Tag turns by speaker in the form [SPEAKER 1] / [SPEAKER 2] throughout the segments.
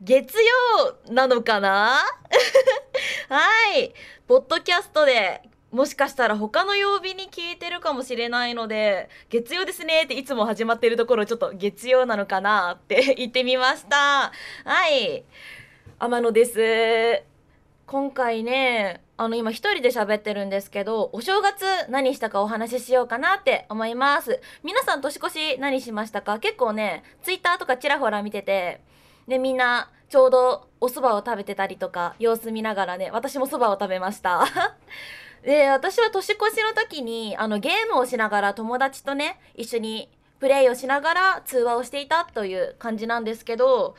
[SPEAKER 1] 月曜なのかな はい。ポッドキャストで、もしかしたら他の曜日に聞いてるかもしれないので、月曜ですねっていつも始まってるところ、ちょっと月曜なのかなって 言ってみました。はい。天野です。今回ね、あの今一人で喋ってるんですけど、お正月何したかお話ししようかなって思います。皆さん年越し何しましたか結構ね、ツイッターとかちらほら見てて、でみんなちょうどお蕎麦を食べてたりとか様子見ながらね私も蕎麦を食べました で私は年越しの時にあのゲームをしながら友達とね一緒にプレイをしながら通話をしていたという感じなんですけど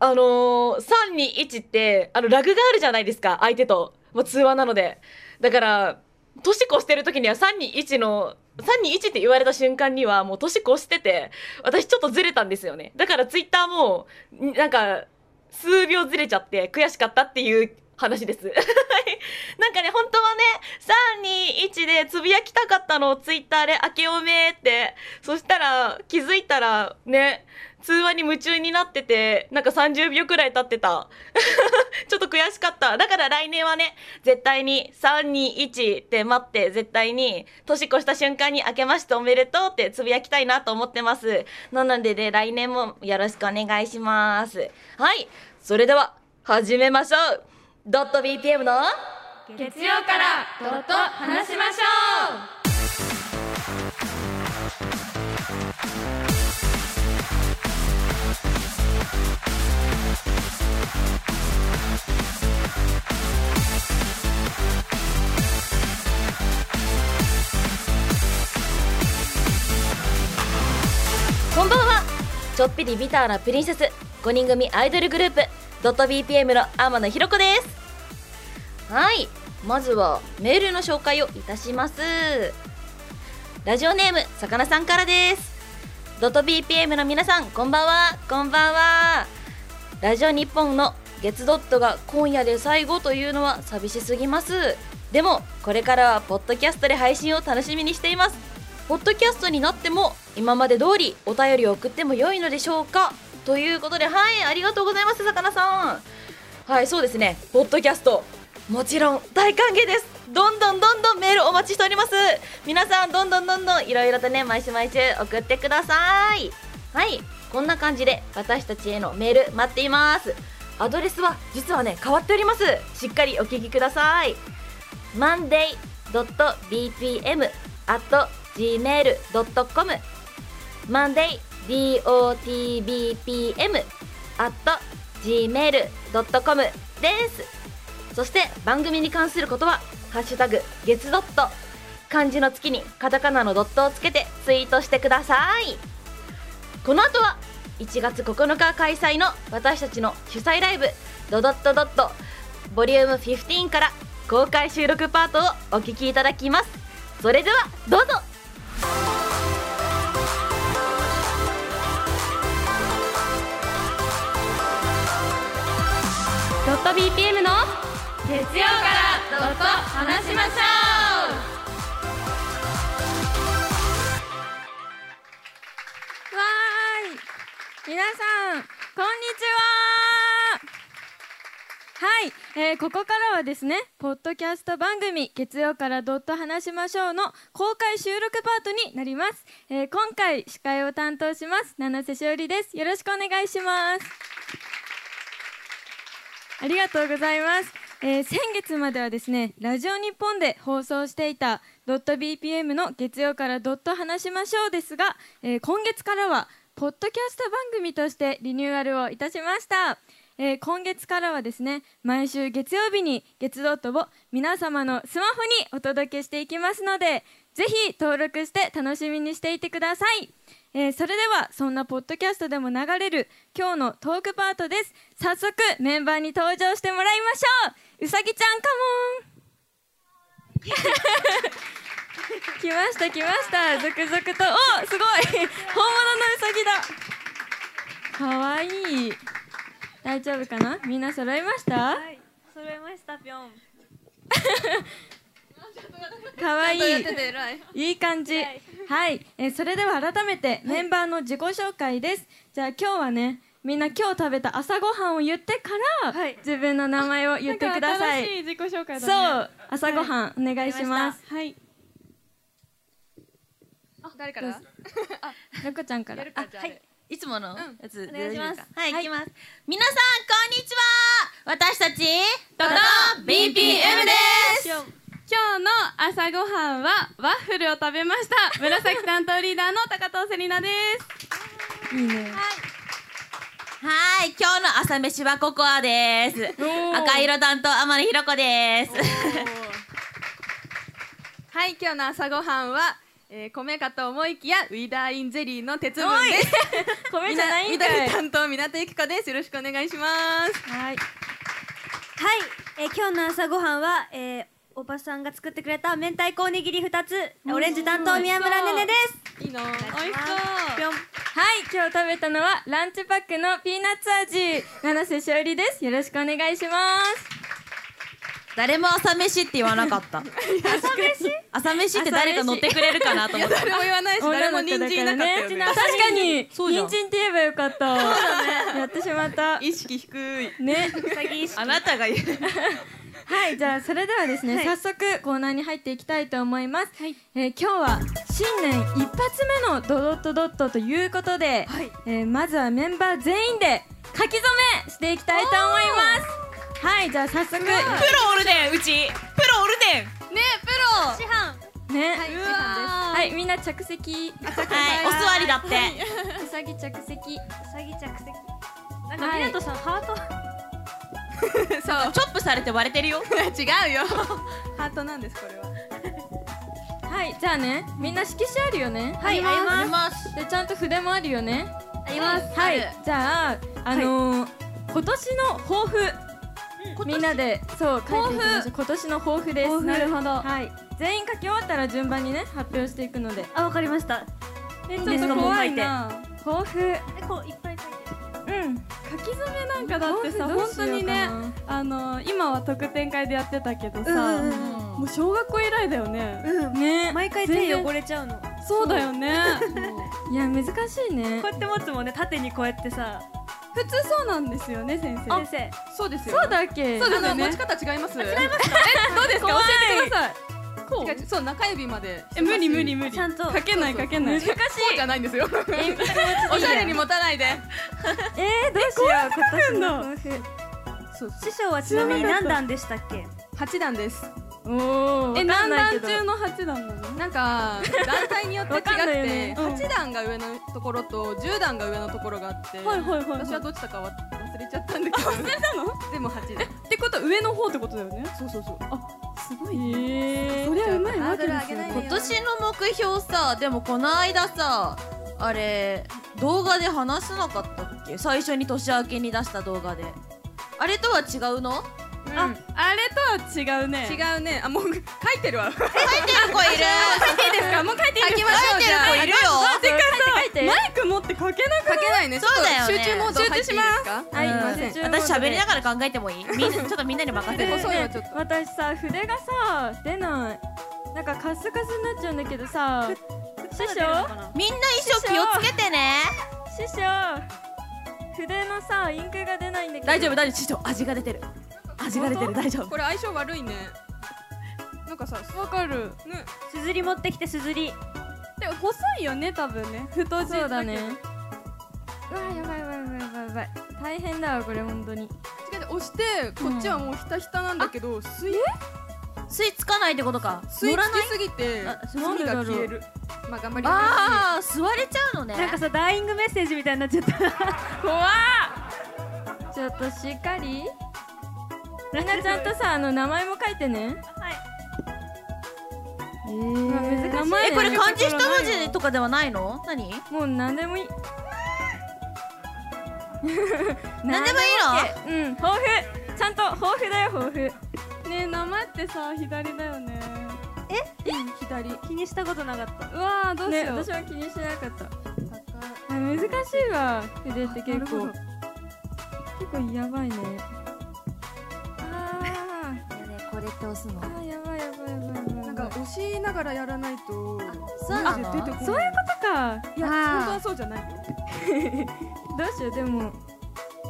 [SPEAKER 1] あのー、321ってあのラグがあるじゃないですか相手と、まあ、通話なのでだから年越してる時には321の321って言われた瞬間にはもう年越してて私ちょっとずれたんですよねだからツイッターもんなんか数秒ずれちゃって悔しかったっていう話です はいなんかね本当はね321でつぶやきたかったのをツイッターで「明けおめ」ってそしたら気づいたらね通話に夢中になっててなんか30秒くらい経ってた ちょっと悔しかっただから来年はね絶対に321って待って絶対に年越した瞬間に明けましておめでとうってつぶやきたいなと思ってますなのでね来年もよろしくお願いしますはいそれでは始めましょうドット BPM の
[SPEAKER 2] 月曜からドット話しましょう
[SPEAKER 1] こんばんはちょっぴりビターなプリンセス5人組アイドルグループドット BPM の天野ひろ子ですはいまずはメールの紹介をいたしますラジオネームさかなさんからですドット BPM の皆さんこんばんはこんばんはラジオ日本の月ドットが今夜で最後というのは寂しすぎますでもこれからはポッドキャストで配信を楽しみにしていますポッドキャストになっても今まで通りお便りを送っても良いのでしょうかということではいありがとうございますさかなさんはいそうですねポッドキャストもちろん大歓迎ですどんどんどんどんメールお待ちしております皆さんどんどんどんどんいろいろとね毎週毎週送ってくださいはいこんな感じで私たちへのメール待っていますアドレスは実はね変わっておりますしっかりお聞きください monday.bpm.gmail.com monday.dotbpm.gmail.com ですそして番組に関することは「ハッシュタグ月ドット」漢字の月にカタカナのドットをつけてツイートしてくださいこの後は1月9日開催の私たちの主催ライブ「ドドットドットボリューム15から公開収録パートをお聞きいただきますそれではどうぞ
[SPEAKER 2] ドット BPM の月曜からドット話しましょうわーい皆さんこんにちははい、えーここからはですねポッドキャスト番組「月曜からドット話しましょう」の公開収録パートになります、えー今回司会を担当します七瀬しおりですよろしくお願いしますありがとうございます。えー先月まではですね、ラジオ日本で放送していたドット BPM の月曜からドット話しましょうですが、えー今月からはポッドキャスト番組としてリニューアルをいたしました。えー今月からはですね、毎週月曜日に月ドットを皆様のスマホにお届けしていきますので、ぜひ登録して楽しみにしていてください。えーそれではそんなポッドキャストでも流れる今日のトークパートです早速メンバーに登場してもらいましょううさぎちゃんカ モン来ました来ました続々とおすごい本物のうさぎだかわいい大丈夫かなみんな揃いました、
[SPEAKER 3] はい、揃えましたぴょん。
[SPEAKER 2] かわいい
[SPEAKER 3] て偉い。
[SPEAKER 2] いい感じ。はい、えーそれでは改めてメンバーの自己紹介です。じゃあ今日はね、みんな今日食べた朝ごはんを言ってから、
[SPEAKER 3] はい
[SPEAKER 2] 自分の名前を言ってください
[SPEAKER 4] 新しい自己紹介
[SPEAKER 2] そ
[SPEAKER 4] だね
[SPEAKER 2] う朝ごはんお願いします
[SPEAKER 4] そうはい
[SPEAKER 3] 誰か
[SPEAKER 2] どう
[SPEAKER 3] ら
[SPEAKER 2] ぞロコちゃんから
[SPEAKER 3] やるかじゃああれ、
[SPEAKER 5] いつものやつ、
[SPEAKER 3] お願いします
[SPEAKER 5] 大丈夫かはい、
[SPEAKER 2] はい
[SPEAKER 5] いきます。皆さん、こんにちは私たち、ドドン BPM です
[SPEAKER 4] 今日の朝ごはんはワッフルを食べました紫担当リーダーの高藤セリナです
[SPEAKER 2] いいね
[SPEAKER 5] はい、今日の朝飯はココアです。赤色担当、天野ひろ子です。
[SPEAKER 4] はい今日の朝ごはんは、えー、米かと思いきやウィダーインゼリーの鉄分です
[SPEAKER 2] 米
[SPEAKER 4] み
[SPEAKER 2] じ
[SPEAKER 4] な
[SPEAKER 2] ゃないんか
[SPEAKER 4] 緑
[SPEAKER 2] い
[SPEAKER 4] 担当港ゆき子ですよろしくお願いします
[SPEAKER 2] はい
[SPEAKER 3] はい、えー、今日の朝ごはんは、えー、おばさんが作ってくれた明太子おにぎり二つオレンジ担当宮村ねねです
[SPEAKER 4] いいの美味し
[SPEAKER 3] お願いします
[SPEAKER 4] そう
[SPEAKER 2] はい、今日食べたのはランチパックのピーナッツ味。七瀬しおりです。よろしくお願いします。
[SPEAKER 5] 誰も朝飯って言わなか った。朝飯朝飯って誰か乗ってくれるかなと思って。
[SPEAKER 4] 誰も言わないし誰も人参いなかったよね
[SPEAKER 2] 女の子だから確かに、
[SPEAKER 5] そうじゃん
[SPEAKER 2] 人参って言えばよかった。やってしまった。
[SPEAKER 4] 意識低い
[SPEAKER 2] ね、
[SPEAKER 5] あなたが言う。
[SPEAKER 2] はい、じゃあそれではですね、早速コーナーに入っていきたいと思います。えー今日は新年一発目のドドットドットということで、
[SPEAKER 4] はい
[SPEAKER 2] えーまずはメンバー全員で書き初めしていきたいと思います。はい、じゃあ早速
[SPEAKER 5] プロおるねん、うち。プロおるねん。
[SPEAKER 4] ねプロ
[SPEAKER 3] 師範
[SPEAKER 2] ね、
[SPEAKER 4] はい
[SPEAKER 2] 時間です
[SPEAKER 4] うわー
[SPEAKER 2] はい、みんな着席。
[SPEAKER 5] はい、お座りだって。
[SPEAKER 2] うさぎ着席。
[SPEAKER 3] うさぎ着席なん
[SPEAKER 2] は
[SPEAKER 3] か
[SPEAKER 2] い
[SPEAKER 3] 湊さんハート
[SPEAKER 4] そう
[SPEAKER 5] チョップされて割れてるよ。
[SPEAKER 4] 違うよハートなんですこれは
[SPEAKER 2] はい、じゃあね、みんな色紙あるよね。
[SPEAKER 3] はいあります
[SPEAKER 5] す。
[SPEAKER 2] で、ちゃんと筆もあるよね。
[SPEAKER 3] あります
[SPEAKER 2] はい、じゃあ、あのー今年の抱負。みんなで、そう、書いていきましょう。今年の抱負です。
[SPEAKER 3] なるほど
[SPEAKER 2] はい、全員書き終わったら順番にね、発表していくので。
[SPEAKER 3] あわかりました
[SPEAKER 2] え、
[SPEAKER 3] ちょっと怖い
[SPEAKER 2] な。抱負。
[SPEAKER 3] えこういっぱい書いて
[SPEAKER 2] うん。
[SPEAKER 4] 書き初めなんかだってさ本
[SPEAKER 2] 抱負ど
[SPEAKER 4] 当
[SPEAKER 2] うしよう
[SPEAKER 4] に
[SPEAKER 2] か
[SPEAKER 4] ね
[SPEAKER 2] な
[SPEAKER 4] あの今は特典会でやってたけどさ、
[SPEAKER 3] る
[SPEAKER 4] もう小学校以来だよね、
[SPEAKER 3] うん
[SPEAKER 2] ね。
[SPEAKER 3] 毎回手汚れちゃうのこ
[SPEAKER 4] そうだよね
[SPEAKER 2] いや、難しいね
[SPEAKER 3] う。やって持つもんね縦にこうやってさ
[SPEAKER 4] 普通そうなんですよね先生
[SPEAKER 3] 先生
[SPEAKER 4] そうです
[SPEAKER 2] そうだっけ。
[SPEAKER 4] そうですよね
[SPEAKER 6] 持ち方違います。
[SPEAKER 4] えどうですか教えてください
[SPEAKER 6] こう違うそう中指まで。
[SPEAKER 4] え無理無理無理
[SPEAKER 3] ちゃんと
[SPEAKER 4] 書けない書けない
[SPEAKER 2] 難しい。
[SPEAKER 6] こうじゃないんですよ。
[SPEAKER 2] お
[SPEAKER 6] おしゃれに持たないで。
[SPEAKER 2] えー、どうしよう今年の抱負
[SPEAKER 6] そうそ
[SPEAKER 3] 師匠はちなみに何段でしたっけ
[SPEAKER 6] う。八段です。
[SPEAKER 2] おー
[SPEAKER 4] え
[SPEAKER 2] わか
[SPEAKER 4] 何
[SPEAKER 2] んないけ
[SPEAKER 4] 段
[SPEAKER 2] ど
[SPEAKER 4] 中の8段なの
[SPEAKER 6] なんか団体によって違
[SPEAKER 2] わ
[SPEAKER 6] くて
[SPEAKER 2] かんないよね
[SPEAKER 6] 八、段が上のところと十段が上のところがあって。
[SPEAKER 4] はいはいはいはい
[SPEAKER 6] 私はどっちだかわ忘れちゃったんだけど。忘れたの？でも八段。
[SPEAKER 4] ってことは上の方ってことだよね
[SPEAKER 6] そうそうそう。
[SPEAKER 4] すごい
[SPEAKER 2] え
[SPEAKER 4] そりゃうまいわけで
[SPEAKER 6] ハ
[SPEAKER 4] す
[SPEAKER 6] ードル上げ
[SPEAKER 4] よ
[SPEAKER 6] ないで
[SPEAKER 5] 今年の目標さでもこの間さあれ動画で話せなかったっけ最初に年明けに出した動画であれとは違うの
[SPEAKER 4] ああれとは違うね
[SPEAKER 6] 違うね。あもう書いてる わ。
[SPEAKER 5] 書いてる子いる
[SPEAKER 4] いいですかもう書いていい
[SPEAKER 5] 書
[SPEAKER 4] で
[SPEAKER 5] き
[SPEAKER 4] す
[SPEAKER 5] ま
[SPEAKER 4] か
[SPEAKER 5] しょうじゃあ書いてる子いるよ
[SPEAKER 4] てか
[SPEAKER 2] 書いて書いて
[SPEAKER 4] さマイク持って書けなく
[SPEAKER 6] 書けないね。ちょっと
[SPEAKER 5] そうだよね
[SPEAKER 6] 集中モード入っていいですか？
[SPEAKER 2] はい、
[SPEAKER 5] うん
[SPEAKER 2] 今集中モードで
[SPEAKER 5] 私喋りながら考えても いいみんなちょっとみんなに任せ
[SPEAKER 6] で
[SPEAKER 5] て
[SPEAKER 6] もそういうのちょっと。
[SPEAKER 2] 私さ筆がさ出ないなんかカスカスになっちゃうんだけどさ師匠
[SPEAKER 5] みんな衣装気をつけてね
[SPEAKER 2] 師匠筆のさインクが出ないんだけど
[SPEAKER 5] 大丈夫大丈夫師匠味が出てる味が出てる大丈夫
[SPEAKER 6] これ相性悪いね。なんかさ、
[SPEAKER 4] わかる
[SPEAKER 6] ね、
[SPEAKER 3] すずり持ってきてすずり
[SPEAKER 4] でも細いよね多分ね太字けど
[SPEAKER 2] そうだねうわやばいやばいやばいやばいやばい大変だわこれ本当に
[SPEAKER 6] 違うね押してこっちはもうひたひたなんだけど、吸い
[SPEAKER 5] 吸い付かないってことか
[SPEAKER 6] 吸い
[SPEAKER 5] 乗
[SPEAKER 6] 付
[SPEAKER 5] らない
[SPEAKER 6] きすぎて
[SPEAKER 5] あ
[SPEAKER 6] 炭
[SPEAKER 2] なんでだろ
[SPEAKER 6] が
[SPEAKER 2] う
[SPEAKER 6] 消えるまあ頑張りま
[SPEAKER 5] ああ吸われちゃうのね
[SPEAKER 3] なんかさダイイングメッセージみたいになっちゃった
[SPEAKER 2] ちょっとしっかりみんなちゃんとさあの名前も書いてね
[SPEAKER 3] はい
[SPEAKER 2] えー、まあ難しいね
[SPEAKER 5] えこれ漢字一文字とかではないの何
[SPEAKER 2] もう何でもい い。
[SPEAKER 5] 何でもいいの
[SPEAKER 2] いい。うん、豊富。ちゃんと豊富だよ、豊富。
[SPEAKER 4] ねえ生ってさ左だよねえ左
[SPEAKER 3] 気にしたことなかった
[SPEAKER 4] うわーどうし
[SPEAKER 2] ね、
[SPEAKER 4] よう、
[SPEAKER 2] 私は気にしなかった。あ難しいわ、筆って結
[SPEAKER 4] な
[SPEAKER 2] 構
[SPEAKER 4] るほど。
[SPEAKER 2] 結構やばいね。あー
[SPEAKER 5] これって押すの
[SPEAKER 2] あー、やばいやばいやばいやばい。
[SPEAKER 6] なんか押しながらやらないと
[SPEAKER 5] そうなの
[SPEAKER 6] 出てこない
[SPEAKER 2] そういうことか。
[SPEAKER 6] いや本当はそうじゃないよ
[SPEAKER 2] どうしよう、でも。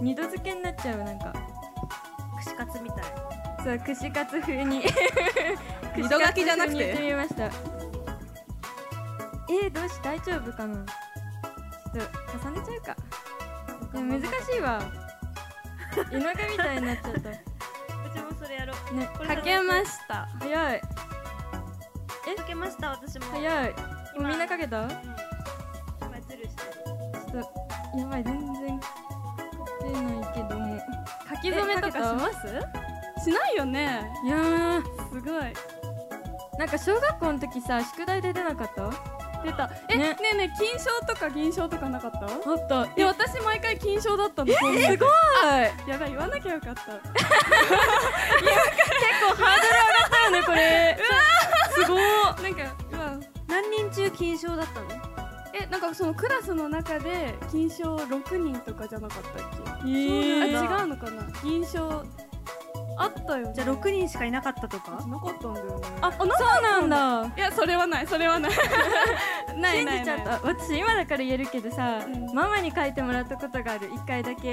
[SPEAKER 2] 二度漬けになっちゃうなんか
[SPEAKER 3] 串カツみたい
[SPEAKER 2] そう串カツ風に
[SPEAKER 6] 二度書きじゃな
[SPEAKER 2] 串カツ風
[SPEAKER 6] くて
[SPEAKER 2] に言ってみましたえー、どうし大丈夫かなちょっと重ねちゃうかでも難しいわ 田舎みたいになっちゃった
[SPEAKER 3] うちもそれやろう
[SPEAKER 2] ね
[SPEAKER 3] これ
[SPEAKER 4] かけました
[SPEAKER 2] 早い
[SPEAKER 3] かけました私も
[SPEAKER 2] 早いもう
[SPEAKER 3] 今
[SPEAKER 2] みんなかけたち
[SPEAKER 3] うん今ズルしてる
[SPEAKER 2] ょっとやばい全然かけないけども
[SPEAKER 4] 書き初めとかしますしないよね
[SPEAKER 2] いやー
[SPEAKER 4] すごい
[SPEAKER 2] なんか小学校の時さ宿題で出なかった
[SPEAKER 4] 出たえ
[SPEAKER 2] ね
[SPEAKER 4] ねえねえ金賞とか銀賞とかなかった
[SPEAKER 2] あった
[SPEAKER 4] いや私毎回金賞だったのすごいやばい言わなきゃよか ったな
[SPEAKER 2] ねこれ
[SPEAKER 4] んかうわ
[SPEAKER 3] 何人中金賞だったの
[SPEAKER 4] えなんかそのクラスの中で金賞6人とかじゃなかったっけ、
[SPEAKER 2] えー
[SPEAKER 4] あ違うのかな銀賞あったよね
[SPEAKER 3] じゃあ6人しかいなかったとか
[SPEAKER 6] なかったんだよね
[SPEAKER 2] あそうなんだ
[SPEAKER 4] いやそれはないそれはない ない
[SPEAKER 2] 信
[SPEAKER 4] ない
[SPEAKER 2] じちゃった私今だから言えるけどさ、
[SPEAKER 4] うん
[SPEAKER 2] ママに書いてもらったことがある一回だけ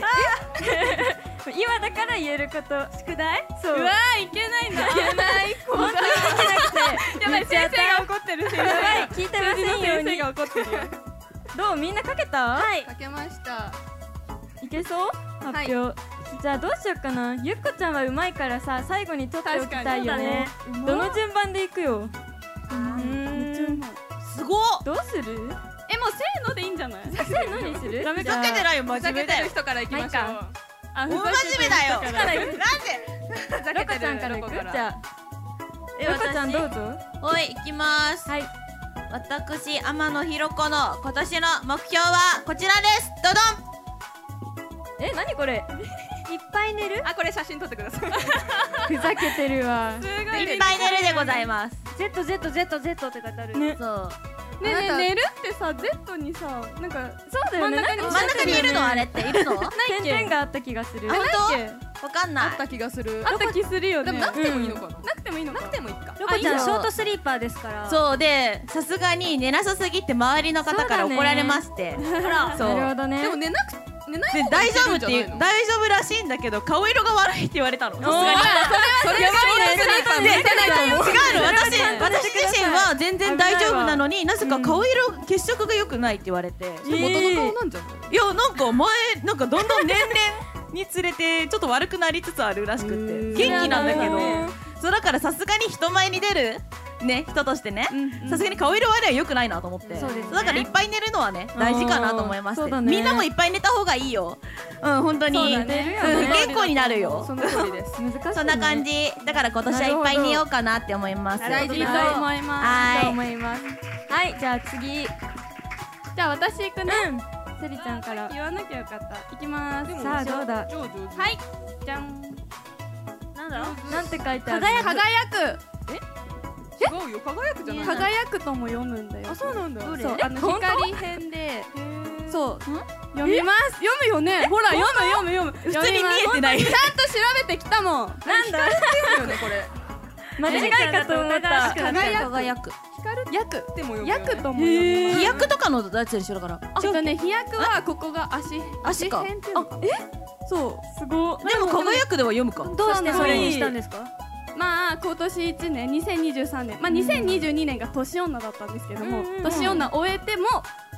[SPEAKER 2] 今だから言え ること宿題そうう
[SPEAKER 4] わーいけないんだやばい
[SPEAKER 2] 本当
[SPEAKER 4] 怖
[SPEAKER 2] に
[SPEAKER 4] いやばい先生が怒ってる先生
[SPEAKER 2] やばい聞いてませんよう
[SPEAKER 4] 先生
[SPEAKER 2] に
[SPEAKER 4] が怒ってるよ
[SPEAKER 2] どうみんな書けた、
[SPEAKER 3] はい
[SPEAKER 6] かけました
[SPEAKER 2] い、けそう発表、じゃあどうしようかなゆっこちゃんはうまいからさ最後に取っておきたいよねどの順番でいくようーん
[SPEAKER 5] すごっ
[SPEAKER 2] どうする
[SPEAKER 4] えもうせーのでいいんじゃない
[SPEAKER 2] せーのにするダメ
[SPEAKER 5] ふざけてないよ
[SPEAKER 6] ふ
[SPEAKER 5] 真
[SPEAKER 6] ざ
[SPEAKER 5] 面
[SPEAKER 6] けて
[SPEAKER 5] 目だ
[SPEAKER 6] る
[SPEAKER 5] よ
[SPEAKER 6] 人からいきましょう
[SPEAKER 2] ま
[SPEAKER 4] あ
[SPEAKER 5] 大
[SPEAKER 4] ふざけ
[SPEAKER 5] 真
[SPEAKER 4] て
[SPEAKER 5] 面目
[SPEAKER 4] る
[SPEAKER 5] だよ
[SPEAKER 4] 人
[SPEAKER 5] なんで
[SPEAKER 6] ふざ
[SPEAKER 2] ロ
[SPEAKER 6] け
[SPEAKER 2] コ
[SPEAKER 6] て
[SPEAKER 2] ちゃん
[SPEAKER 6] る
[SPEAKER 2] からい
[SPEAKER 6] ロ
[SPEAKER 2] く
[SPEAKER 6] コ
[SPEAKER 2] じ
[SPEAKER 6] から
[SPEAKER 2] ゃあ
[SPEAKER 5] え
[SPEAKER 2] ロコちゃんどうぞ
[SPEAKER 5] はい行きます
[SPEAKER 2] はい
[SPEAKER 5] 私天野ひろ子の今年の目標はこちらですドドン
[SPEAKER 2] え 何これ
[SPEAKER 3] いっぱい寝る
[SPEAKER 6] あこれ写真撮ってください
[SPEAKER 2] ふざけてるわ
[SPEAKER 4] すごい
[SPEAKER 5] いっぱい寝るでございます
[SPEAKER 3] ZZZZ って書いてある
[SPEAKER 2] ね
[SPEAKER 5] そう
[SPEAKER 4] ねえね
[SPEAKER 6] あなた
[SPEAKER 4] え寝るってさ Z にさなんか
[SPEAKER 2] そうだ
[SPEAKER 4] 真
[SPEAKER 2] よ
[SPEAKER 4] ん
[SPEAKER 2] ね
[SPEAKER 4] 中に
[SPEAKER 5] 真ん中にいるのあれっている の
[SPEAKER 2] 点々があった気がする
[SPEAKER 5] あ本
[SPEAKER 4] あ
[SPEAKER 5] 当わかん
[SPEAKER 6] あ
[SPEAKER 5] な
[SPEAKER 6] っ
[SPEAKER 5] い
[SPEAKER 6] た気がする
[SPEAKER 4] った気するよ
[SPEAKER 6] で
[SPEAKER 4] ね
[SPEAKER 6] もなくてもいいのかな
[SPEAKER 4] なくてもいいのか
[SPEAKER 6] なくてもいいか
[SPEAKER 3] ロコちゃ
[SPEAKER 5] あいい
[SPEAKER 3] ん
[SPEAKER 5] よ
[SPEAKER 3] ショートスリーパーですからう
[SPEAKER 5] そうでさすがに寝なさすぎって周りの方から怒られましてそう
[SPEAKER 2] なるほどね
[SPEAKER 6] でも寝なく寝ない
[SPEAKER 5] で
[SPEAKER 6] 方がい
[SPEAKER 5] 大
[SPEAKER 6] いんじ
[SPEAKER 5] 丈
[SPEAKER 6] ゃない
[SPEAKER 5] 夫っていう
[SPEAKER 6] の
[SPEAKER 5] 大丈夫らしいんだけど顔色が悪いって言われたのさすがに
[SPEAKER 6] それはそれは寝てないと思う
[SPEAKER 5] 違うの私私自身は全然大丈夫なのになぜか顔色血色が良くないって言われて
[SPEAKER 2] え
[SPEAKER 6] 元
[SPEAKER 2] ー
[SPEAKER 6] の顔なんじゃない
[SPEAKER 5] いやなんか前なんかどんどん年々につれてちょっと悪くなりつつあるらしくて元気なんだけどそうだからさすがに人前に出るね人としてねさすがに顔色悪いは良くないなと思って
[SPEAKER 3] そうですね
[SPEAKER 5] だからいっぱい寝るのはね大事かなと思いま
[SPEAKER 2] あー
[SPEAKER 5] し
[SPEAKER 2] そう
[SPEAKER 5] て
[SPEAKER 2] だね
[SPEAKER 5] みんなもいっぱい寝た方がいいようん本当に
[SPEAKER 2] そうだ
[SPEAKER 5] うん
[SPEAKER 2] ね
[SPEAKER 5] 不健康になるよ
[SPEAKER 6] その通りです
[SPEAKER 2] 難しいね
[SPEAKER 5] そんな感じだから今年はいっぱい寝ようかなって思います
[SPEAKER 6] 大事
[SPEAKER 4] いいと思いま
[SPEAKER 5] は
[SPEAKER 2] と
[SPEAKER 5] い
[SPEAKER 2] 思いますはいじゃあ次
[SPEAKER 4] すじゃあ私行くね
[SPEAKER 2] セリちゃんから
[SPEAKER 4] 言わなきゃよかった行きます
[SPEAKER 6] でも
[SPEAKER 2] さあどうだ
[SPEAKER 6] 上手上手
[SPEAKER 4] はいじゃん
[SPEAKER 3] なんだろう
[SPEAKER 2] なんて書いてある
[SPEAKER 3] 輝く
[SPEAKER 4] 輝く
[SPEAKER 6] 違うよ輝くじゃない
[SPEAKER 4] 輝くとも読むんだよ
[SPEAKER 6] あそうなんだ
[SPEAKER 4] そう
[SPEAKER 2] え
[SPEAKER 4] あの
[SPEAKER 2] 本当
[SPEAKER 4] 光編でそう読
[SPEAKER 2] え
[SPEAKER 4] みます読むよねほら読む読む読む
[SPEAKER 5] 普通に見えてない
[SPEAKER 4] 読みますちゃんと調べてきたもん
[SPEAKER 2] なんだ
[SPEAKER 6] 輝くよねこれ
[SPEAKER 2] 間違いかと思った
[SPEAKER 5] 輝く
[SPEAKER 6] 輝くでもよくよね
[SPEAKER 4] 薬とも読む
[SPEAKER 5] 飛躍とかのやつでしょだから
[SPEAKER 4] あとね飛躍はここが足
[SPEAKER 5] 足か
[SPEAKER 4] 編っていうのかな
[SPEAKER 2] そうすご
[SPEAKER 5] でも輝くでは読むか
[SPEAKER 3] どうしてそれにしたんですか
[SPEAKER 4] まあ今年1年2023年まあ2022年が年女だったんですけども、年女終えても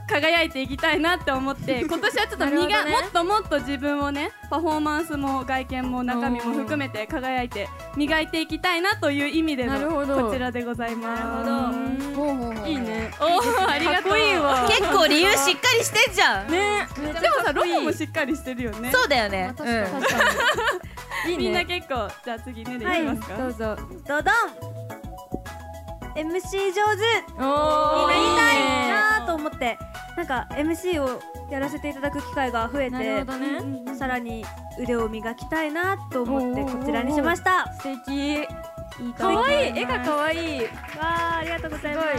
[SPEAKER 4] 輝いていきたいなって思って今年はちょっと身
[SPEAKER 2] なる
[SPEAKER 4] が、
[SPEAKER 2] ほどね
[SPEAKER 4] もっともっと自分をねパフォーマンスも外見も中身も含めて輝いて磨いていきたいなという意味で
[SPEAKER 2] なる
[SPEAKER 4] の
[SPEAKER 2] ほど
[SPEAKER 4] こちらでございます
[SPEAKER 2] なる
[SPEAKER 6] ほうほうほう
[SPEAKER 2] いいね
[SPEAKER 4] おおありがとう
[SPEAKER 2] かっこいいわ
[SPEAKER 5] 結構理由しっかりしてんじゃん
[SPEAKER 2] ねめっちゃ
[SPEAKER 4] でも
[SPEAKER 2] か
[SPEAKER 4] さ
[SPEAKER 2] っこ
[SPEAKER 4] ロ
[SPEAKER 2] いい
[SPEAKER 4] ゴもしっかりしてるよね
[SPEAKER 5] そうだよね
[SPEAKER 6] 確かに
[SPEAKER 5] うん
[SPEAKER 2] いいね
[SPEAKER 4] みんな結構じゃあ次ねでいきますか、
[SPEAKER 2] どうぞ
[SPEAKER 3] ドドン MC 上手
[SPEAKER 2] おお
[SPEAKER 3] になり
[SPEAKER 2] い
[SPEAKER 3] た
[SPEAKER 2] ね
[SPEAKER 3] いなと思ってなんか MC をやらせていただく機会が増え
[SPEAKER 2] なるほ
[SPEAKER 3] て
[SPEAKER 2] どね
[SPEAKER 3] さらに腕を磨きたいなと思って
[SPEAKER 2] おーおーおー
[SPEAKER 3] こちらにしました
[SPEAKER 2] 素敵
[SPEAKER 3] いいと
[SPEAKER 2] か
[SPEAKER 3] 思
[SPEAKER 2] わい
[SPEAKER 3] い
[SPEAKER 2] い絵がかわいい
[SPEAKER 3] ますわあありがとうございます
[SPEAKER 2] す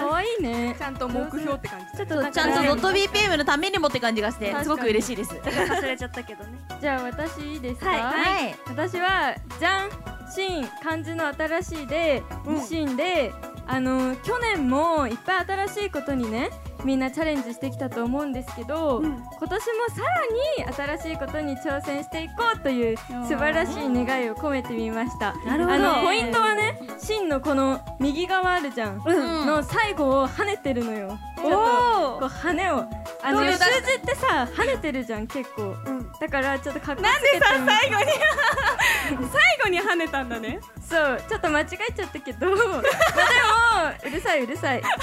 [SPEAKER 2] かわいいね
[SPEAKER 6] ちゃんと目標って感じ
[SPEAKER 3] ちょっとなん
[SPEAKER 5] ち
[SPEAKER 3] か
[SPEAKER 5] ゃんと
[SPEAKER 3] ね
[SPEAKER 5] ドット BPM のためにもって感じがしてすごく嬉しいです
[SPEAKER 3] 忘れちゃったけどね
[SPEAKER 2] じゃあ私いいですか
[SPEAKER 3] はい
[SPEAKER 5] はい
[SPEAKER 2] 私はじゃんシーン漢字の新しいで、シーンであの去年もいっぱい新しいことにねみんなチャレンジしてきたと思うんですけど、
[SPEAKER 4] うん
[SPEAKER 2] 今年もさらに新しいことに挑戦していこうという素晴らしい願いを込めてみました。
[SPEAKER 3] なるほど
[SPEAKER 2] あのポイントはね芯のこの右側あるじゃん、の最後を跳ねてるのよちょっとこう羽をあの
[SPEAKER 4] どう
[SPEAKER 2] 数
[SPEAKER 4] だ
[SPEAKER 2] 字ってさ跳ねてるじゃん結構、だからちょっとかっこつけてみた
[SPEAKER 4] 最後に最後に跳ねたんだね
[SPEAKER 2] そうちょっと間違えちゃったけ どまあでもうるさいうるさいかっ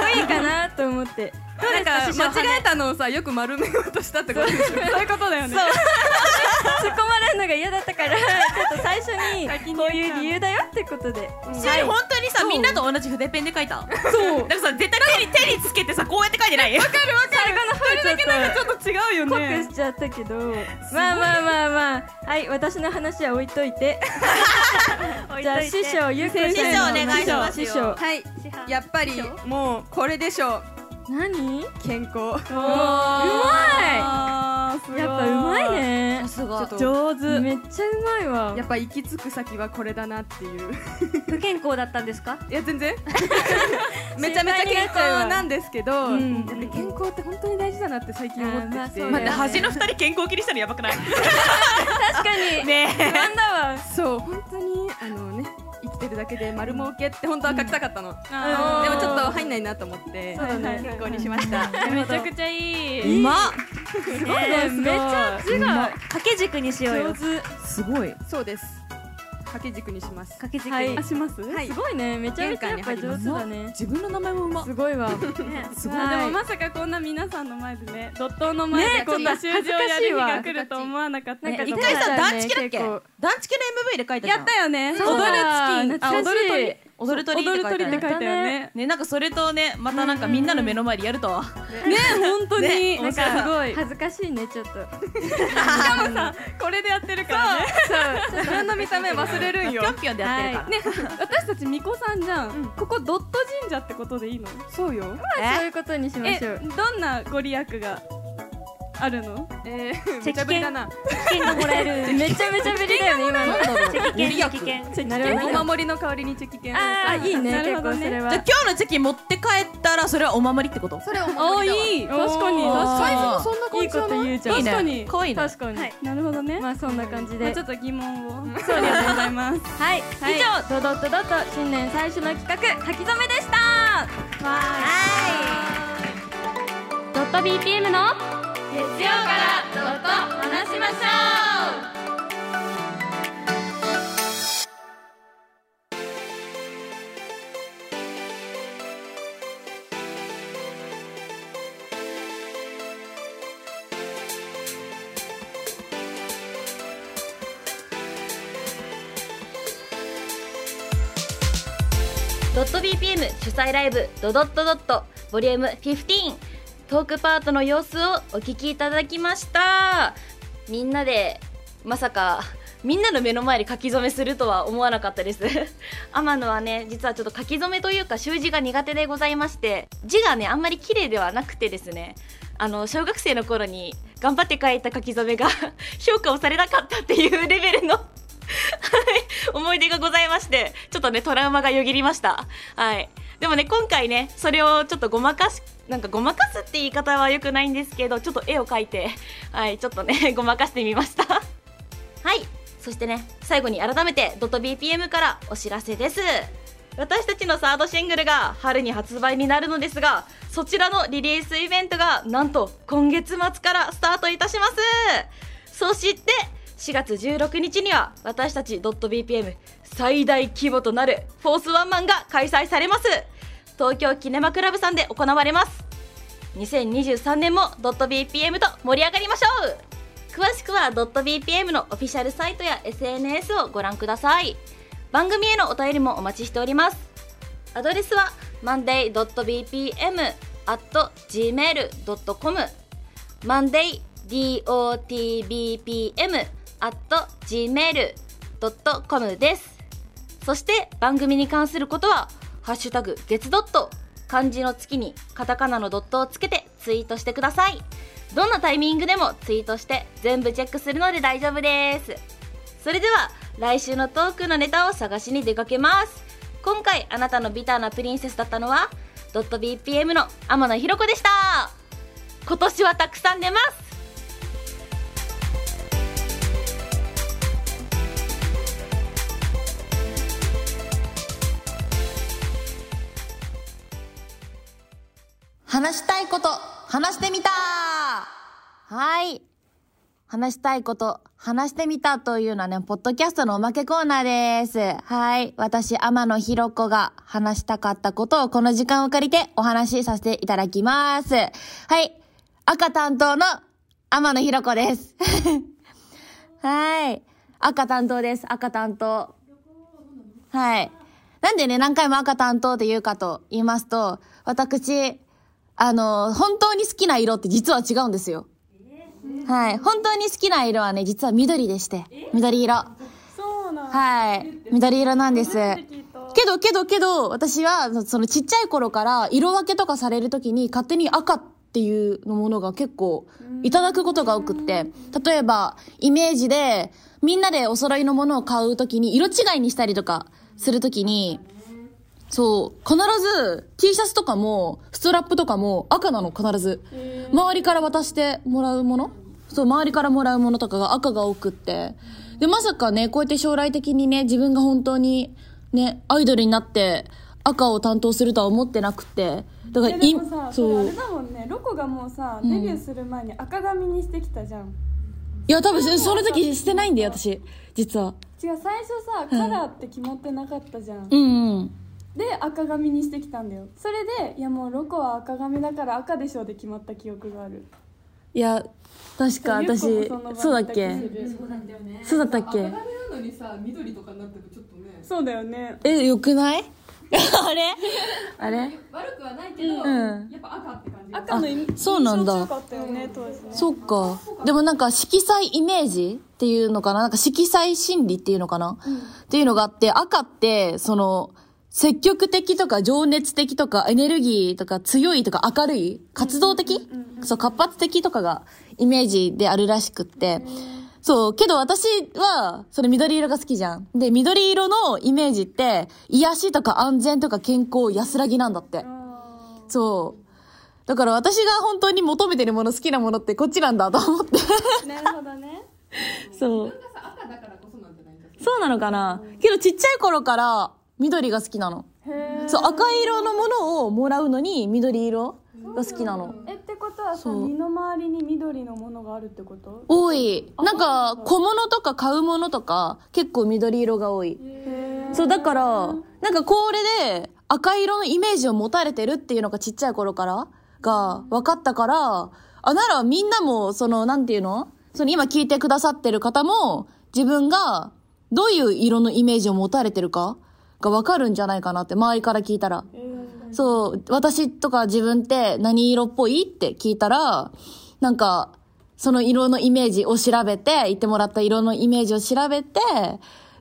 [SPEAKER 2] こいいかなと思って
[SPEAKER 6] なんか間違えたのをさよく丸めようとしたってことでしょ
[SPEAKER 4] そういうことだよね
[SPEAKER 2] 突っ込まれるのが嫌だったからちょっと最初に
[SPEAKER 4] 先に言っ
[SPEAKER 2] こ
[SPEAKER 4] た
[SPEAKER 2] ういう理由だよってことで
[SPEAKER 5] ちなみに本当にさみんなと同じ筆ペンで書いたそうだからさ絶対手に手につけてさこうやって書いてない わかるわ
[SPEAKER 2] 最後の方ちょっと
[SPEAKER 4] ちょっと違うよ
[SPEAKER 2] 濃
[SPEAKER 4] ね
[SPEAKER 2] くしちゃったけど、まあまあまあまあはい私の話は置いとい てじゃあ師匠ゆうこさんの
[SPEAKER 5] 師匠お願いしますよ
[SPEAKER 2] 師匠
[SPEAKER 6] はいやっぱりもうこれでしょう
[SPEAKER 2] 何
[SPEAKER 6] 健康
[SPEAKER 4] うま
[SPEAKER 2] まやっぱうまいね
[SPEAKER 5] す
[SPEAKER 6] ちょ
[SPEAKER 5] ご
[SPEAKER 6] っと
[SPEAKER 4] 上手
[SPEAKER 2] めっちゃうまいわ
[SPEAKER 6] やっぱ行き着く先はこれだなっていう
[SPEAKER 3] 不健康だったんですか
[SPEAKER 6] いや全然 めちゃめちゃ健康なんですけど、
[SPEAKER 2] ん
[SPEAKER 6] やっぱ健康って本当に大事だなって最近思って
[SPEAKER 2] あーまあ
[SPEAKER 6] きて、
[SPEAKER 2] そうだよね
[SPEAKER 5] 待って端の二人健康気にしたのやばくない
[SPEAKER 2] 確かに
[SPEAKER 5] ねえ
[SPEAKER 2] なんだわ
[SPEAKER 6] そう本当にあのね生きてるだけで丸儲けって本当は書きたかったの、
[SPEAKER 2] あー
[SPEAKER 6] でもちょっと入んないなと思って
[SPEAKER 2] そうだね
[SPEAKER 6] 健康にしました
[SPEAKER 2] めちゃくちゃいい。
[SPEAKER 5] うまっ
[SPEAKER 2] すごいね。めっちゃ字が
[SPEAKER 3] 掛け軸にしようよ
[SPEAKER 2] 上手。
[SPEAKER 5] すごい
[SPEAKER 6] そうです掛け軸にします
[SPEAKER 3] 掛け軸
[SPEAKER 2] はい
[SPEAKER 3] に
[SPEAKER 4] あします
[SPEAKER 6] はい
[SPEAKER 2] すごいね。めちゃめちゃやっぱ上手だね。
[SPEAKER 5] 自分の名前もうます
[SPEAKER 2] ごいわ。
[SPEAKER 3] ね
[SPEAKER 5] す
[SPEAKER 4] まあでも
[SPEAKER 2] は
[SPEAKER 4] まさかこんな皆さんの前でね、ドットの前
[SPEAKER 2] ね
[SPEAKER 4] でこんな
[SPEAKER 2] ちょ
[SPEAKER 4] 終
[SPEAKER 2] っと
[SPEAKER 4] 了やる日が来
[SPEAKER 2] 恥ずかしいわ
[SPEAKER 4] ると思わなかった
[SPEAKER 2] なん
[SPEAKER 4] けど
[SPEAKER 2] か一
[SPEAKER 5] 一
[SPEAKER 4] や
[SPEAKER 5] 回さ
[SPEAKER 2] だ
[SPEAKER 5] 団
[SPEAKER 2] ね
[SPEAKER 5] 地系だっけ
[SPEAKER 2] 結構
[SPEAKER 5] 団地系の MV で書いたじゃん
[SPEAKER 4] ったよね、
[SPEAKER 2] そうだ
[SPEAKER 4] 踊る月あ
[SPEAKER 2] 懐かしい
[SPEAKER 4] 踊る
[SPEAKER 5] 踊る
[SPEAKER 4] 鳥
[SPEAKER 5] 鳥
[SPEAKER 4] 踊る鳥って書い
[SPEAKER 5] て
[SPEAKER 4] た
[SPEAKER 5] あ
[SPEAKER 4] よ
[SPEAKER 5] る
[SPEAKER 4] ね
[SPEAKER 5] ねなんかそれとねまたなんかみんなの目の前でやるとは
[SPEAKER 4] ね、本当に
[SPEAKER 5] ね
[SPEAKER 2] なん
[SPEAKER 5] 面白
[SPEAKER 2] か
[SPEAKER 5] い
[SPEAKER 2] すごい恥ずかしいねちょっと。
[SPEAKER 4] これでやってるからね
[SPEAKER 2] そう。
[SPEAKER 6] 自分の見た目忘れるん
[SPEAKER 5] ぴ
[SPEAKER 6] よ
[SPEAKER 5] ょんぴょんでやってるから
[SPEAKER 4] ね、私たち巫女さんじゃんここドット神社ってことでいいの
[SPEAKER 6] そうよ
[SPEAKER 2] そういうことにしま
[SPEAKER 4] え
[SPEAKER 2] しょう。、
[SPEAKER 4] どんなご利益があるの
[SPEAKER 6] えー、めちゃぶりだな
[SPEAKER 3] 券がもらえる
[SPEAKER 2] めちゃめちゃぶりだよね今の。
[SPEAKER 3] チェキ券チェキ券
[SPEAKER 2] なるほど
[SPEAKER 6] お。守りの香りにチェキ券
[SPEAKER 2] ああいいね
[SPEAKER 4] なる
[SPEAKER 2] 結
[SPEAKER 4] ほ
[SPEAKER 2] 構
[SPEAKER 4] ど
[SPEAKER 2] そ
[SPEAKER 4] ね
[SPEAKER 2] れ
[SPEAKER 5] じゃあ
[SPEAKER 2] は。
[SPEAKER 5] 今日のチェキ持って帰ったらそれはお守りってこと
[SPEAKER 6] それお
[SPEAKER 4] あ
[SPEAKER 6] 守
[SPEAKER 4] ー
[SPEAKER 6] りだわ
[SPEAKER 4] いい確かに、
[SPEAKER 5] おー
[SPEAKER 4] 確
[SPEAKER 5] サイズ
[SPEAKER 4] か
[SPEAKER 5] も
[SPEAKER 6] そんな
[SPEAKER 2] 感じじゃないいいこと言うじゃん
[SPEAKER 4] 確かに
[SPEAKER 5] かわいいね
[SPEAKER 2] 確かに。
[SPEAKER 3] はい
[SPEAKER 4] なるほどね
[SPEAKER 2] まあそんな感じ
[SPEAKER 4] まあ
[SPEAKER 2] で
[SPEAKER 4] ちょ。っと疑問をありがとうございます
[SPEAKER 2] はい。以上ドドットドット新年最初の企画書き初めでした。ドット BPM の月曜からドット話しましょう。
[SPEAKER 1] ドット BPM 主催ライブドドットドットボリューム15トークパートの様子をお聞きいただきましたみんなでまさかみんなの目の前で書き初めするとは思わなかったです 天野はね実はちょっと書き初めというか習字が苦手でございまして字がねあんまり綺麗ではなくてですねあの小学生の頃に頑張って書いた書き初めが 評価をされなかったっていうレベルのはい 思い出がございましてちょっとねトラウマがよぎりましたはいでもね今回ねそれをちょっとごまかしなんかごまかすって言い方は良くないんですけどちょっと絵を描いてはいちょっとね ごまかしてみましたはいそしてね最後に改めてドット BPM からお知らせです私たちのサードシングルが春に発売になるのですがそちらのリリースイベントがなんと今月末からスタートいたしますそして4月16日には私たち .bpm 最大規模となるフォースワンマンが開催されます東京キネマクラブさんで行われます2023年も .bpm と盛り上がりましょう詳しくは .bpm のオフィシャルサイトや SNS をご覧ください番組へのお便りもお待ちしておりますアドレスは monday.bpm.gmail.com monday.dotbpm.gmail.com ですそして番組に関することは「ハッシュタグ月ドット」漢字の月にカタカナのドットをつけてツイートしてくださいどんなタイミングでもツイートして全部チェックするので大丈夫ですそれでは来週のトークのネタを探しに出かけます今回あなたのビターなプリンセスだったのはドット BPM の天野ひろ子でした今年はたくさん出ます
[SPEAKER 5] 話したいこと、話してみたはい。話したいこと、話してみたというのはね、ポッドキャストのおまけコーナーです。はい。私、天野ひろ子が話したかったことをこの時間を借りてお話しさせていただきます。はい。赤担当の天野ひろ子です。 はい。赤担当です。赤担当。はい。なんでね、何回も赤担当って言うかと言いますと、私、あの、本当に好きな色って実は違うんですよ。はい。本当に好きな色はね、実は緑でして。緑色。そうなんはい。緑色なんです。けど、けど、けど、私は、そのちっちゃい頃から色分けとかされるときに勝手に赤っていうのものが結構いただくことが多くって。例えば、イメージで、みんなでお揃いのものを買うときに、色違いにしたりとかするときに、そう。必ず T シャツとかも、ストラップとかも赤なの、必ず。周りから渡してもらうものそう、周りからもらうものとかが赤が多くって。で、まさかね、こうやって将来的にね、自分が本当に、ね、アイドルになって、赤を担当するとは思ってなくて。だから、
[SPEAKER 2] で
[SPEAKER 5] い
[SPEAKER 2] もさ、それあ
[SPEAKER 5] そう
[SPEAKER 2] れ。だもんねロコがもうさデ
[SPEAKER 5] ん
[SPEAKER 2] ビューする前に赤髪にしてきたじゃん、
[SPEAKER 5] いや、多分、その時してないんだよ、私。実は。
[SPEAKER 2] 違う最初さカラーって決まってなかったじゃん、
[SPEAKER 5] うんうん。
[SPEAKER 2] で赤髪にしてきたんだよそれでいやもうロコは赤髪だから赤でしょで決まった記憶がある
[SPEAKER 5] いや、確か
[SPEAKER 2] ゆっこも
[SPEAKER 5] 私、
[SPEAKER 2] その場に
[SPEAKER 5] そうだっけ
[SPEAKER 2] いた気する
[SPEAKER 5] そうだったっけ
[SPEAKER 7] なのにさ緑とかになってるとちょっとね
[SPEAKER 2] そうだよね
[SPEAKER 5] え、よくない あれあれ
[SPEAKER 7] 悪くはないけど、
[SPEAKER 5] うん
[SPEAKER 7] やっぱ赤って感じ
[SPEAKER 2] 赤のイメージ
[SPEAKER 5] そうなんだ
[SPEAKER 2] 強かったよね当時ね
[SPEAKER 5] そうか。でもなんか色彩イメージっていうのかななんか色彩心理っていうのかな、っていうのがあって、赤って、その、積極的とか情熱的とかエネルギーとか強いとか明るい活動的、そう、活発的とかがイメージであるらしくって。そう、けど私は、それ緑色が好きじゃん。で、緑色のイメージって、癒しとか安全とか健康安らぎなんだって。そう。だから私が本当に求めてるもの好きなものってこっちなんだと思って。
[SPEAKER 2] なるほどね
[SPEAKER 5] そう。そうなのかなけどちっちゃい頃から緑が好きなの。そう、赤色のものをもらうのに緑色が好きなの。
[SPEAKER 2] えってことはさ
[SPEAKER 5] そう
[SPEAKER 2] 身の回りに緑のものがあるってこと
[SPEAKER 5] 多い。なんか小物とか買うものとか結構緑色が多い。そう、だから、なんかこれで赤色のイメージを持たれてるっていうのがちっちゃい頃からが分かったから、あ、ならみんなも、その、なんていうのその今聞いてくださってる方も、自分がどういう色のイメージを持たれてるかが分かるんじゃないかなって、周りから聞いたら。そう、私とか自分って何色っぽいって聞いたら、なんか、その色のイメージを調べて、言ってもらった色のイメージを調べて、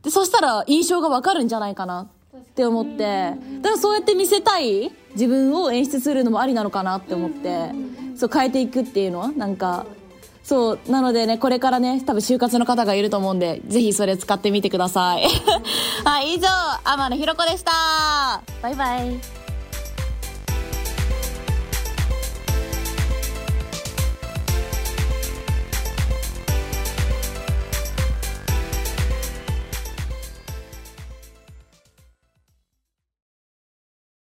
[SPEAKER 5] で、そしたら印象がわかるんじゃないかなって思って、だからそうやって見せたい自分を演出するのもありなのかなって思って、そう変えていくっていうのなんか、そう、なのでね、これからね、多分就活の方がいると思うんで、ぜひそれ 使ってみてください。はい、以上、天野ひろ子でした。バイバイ。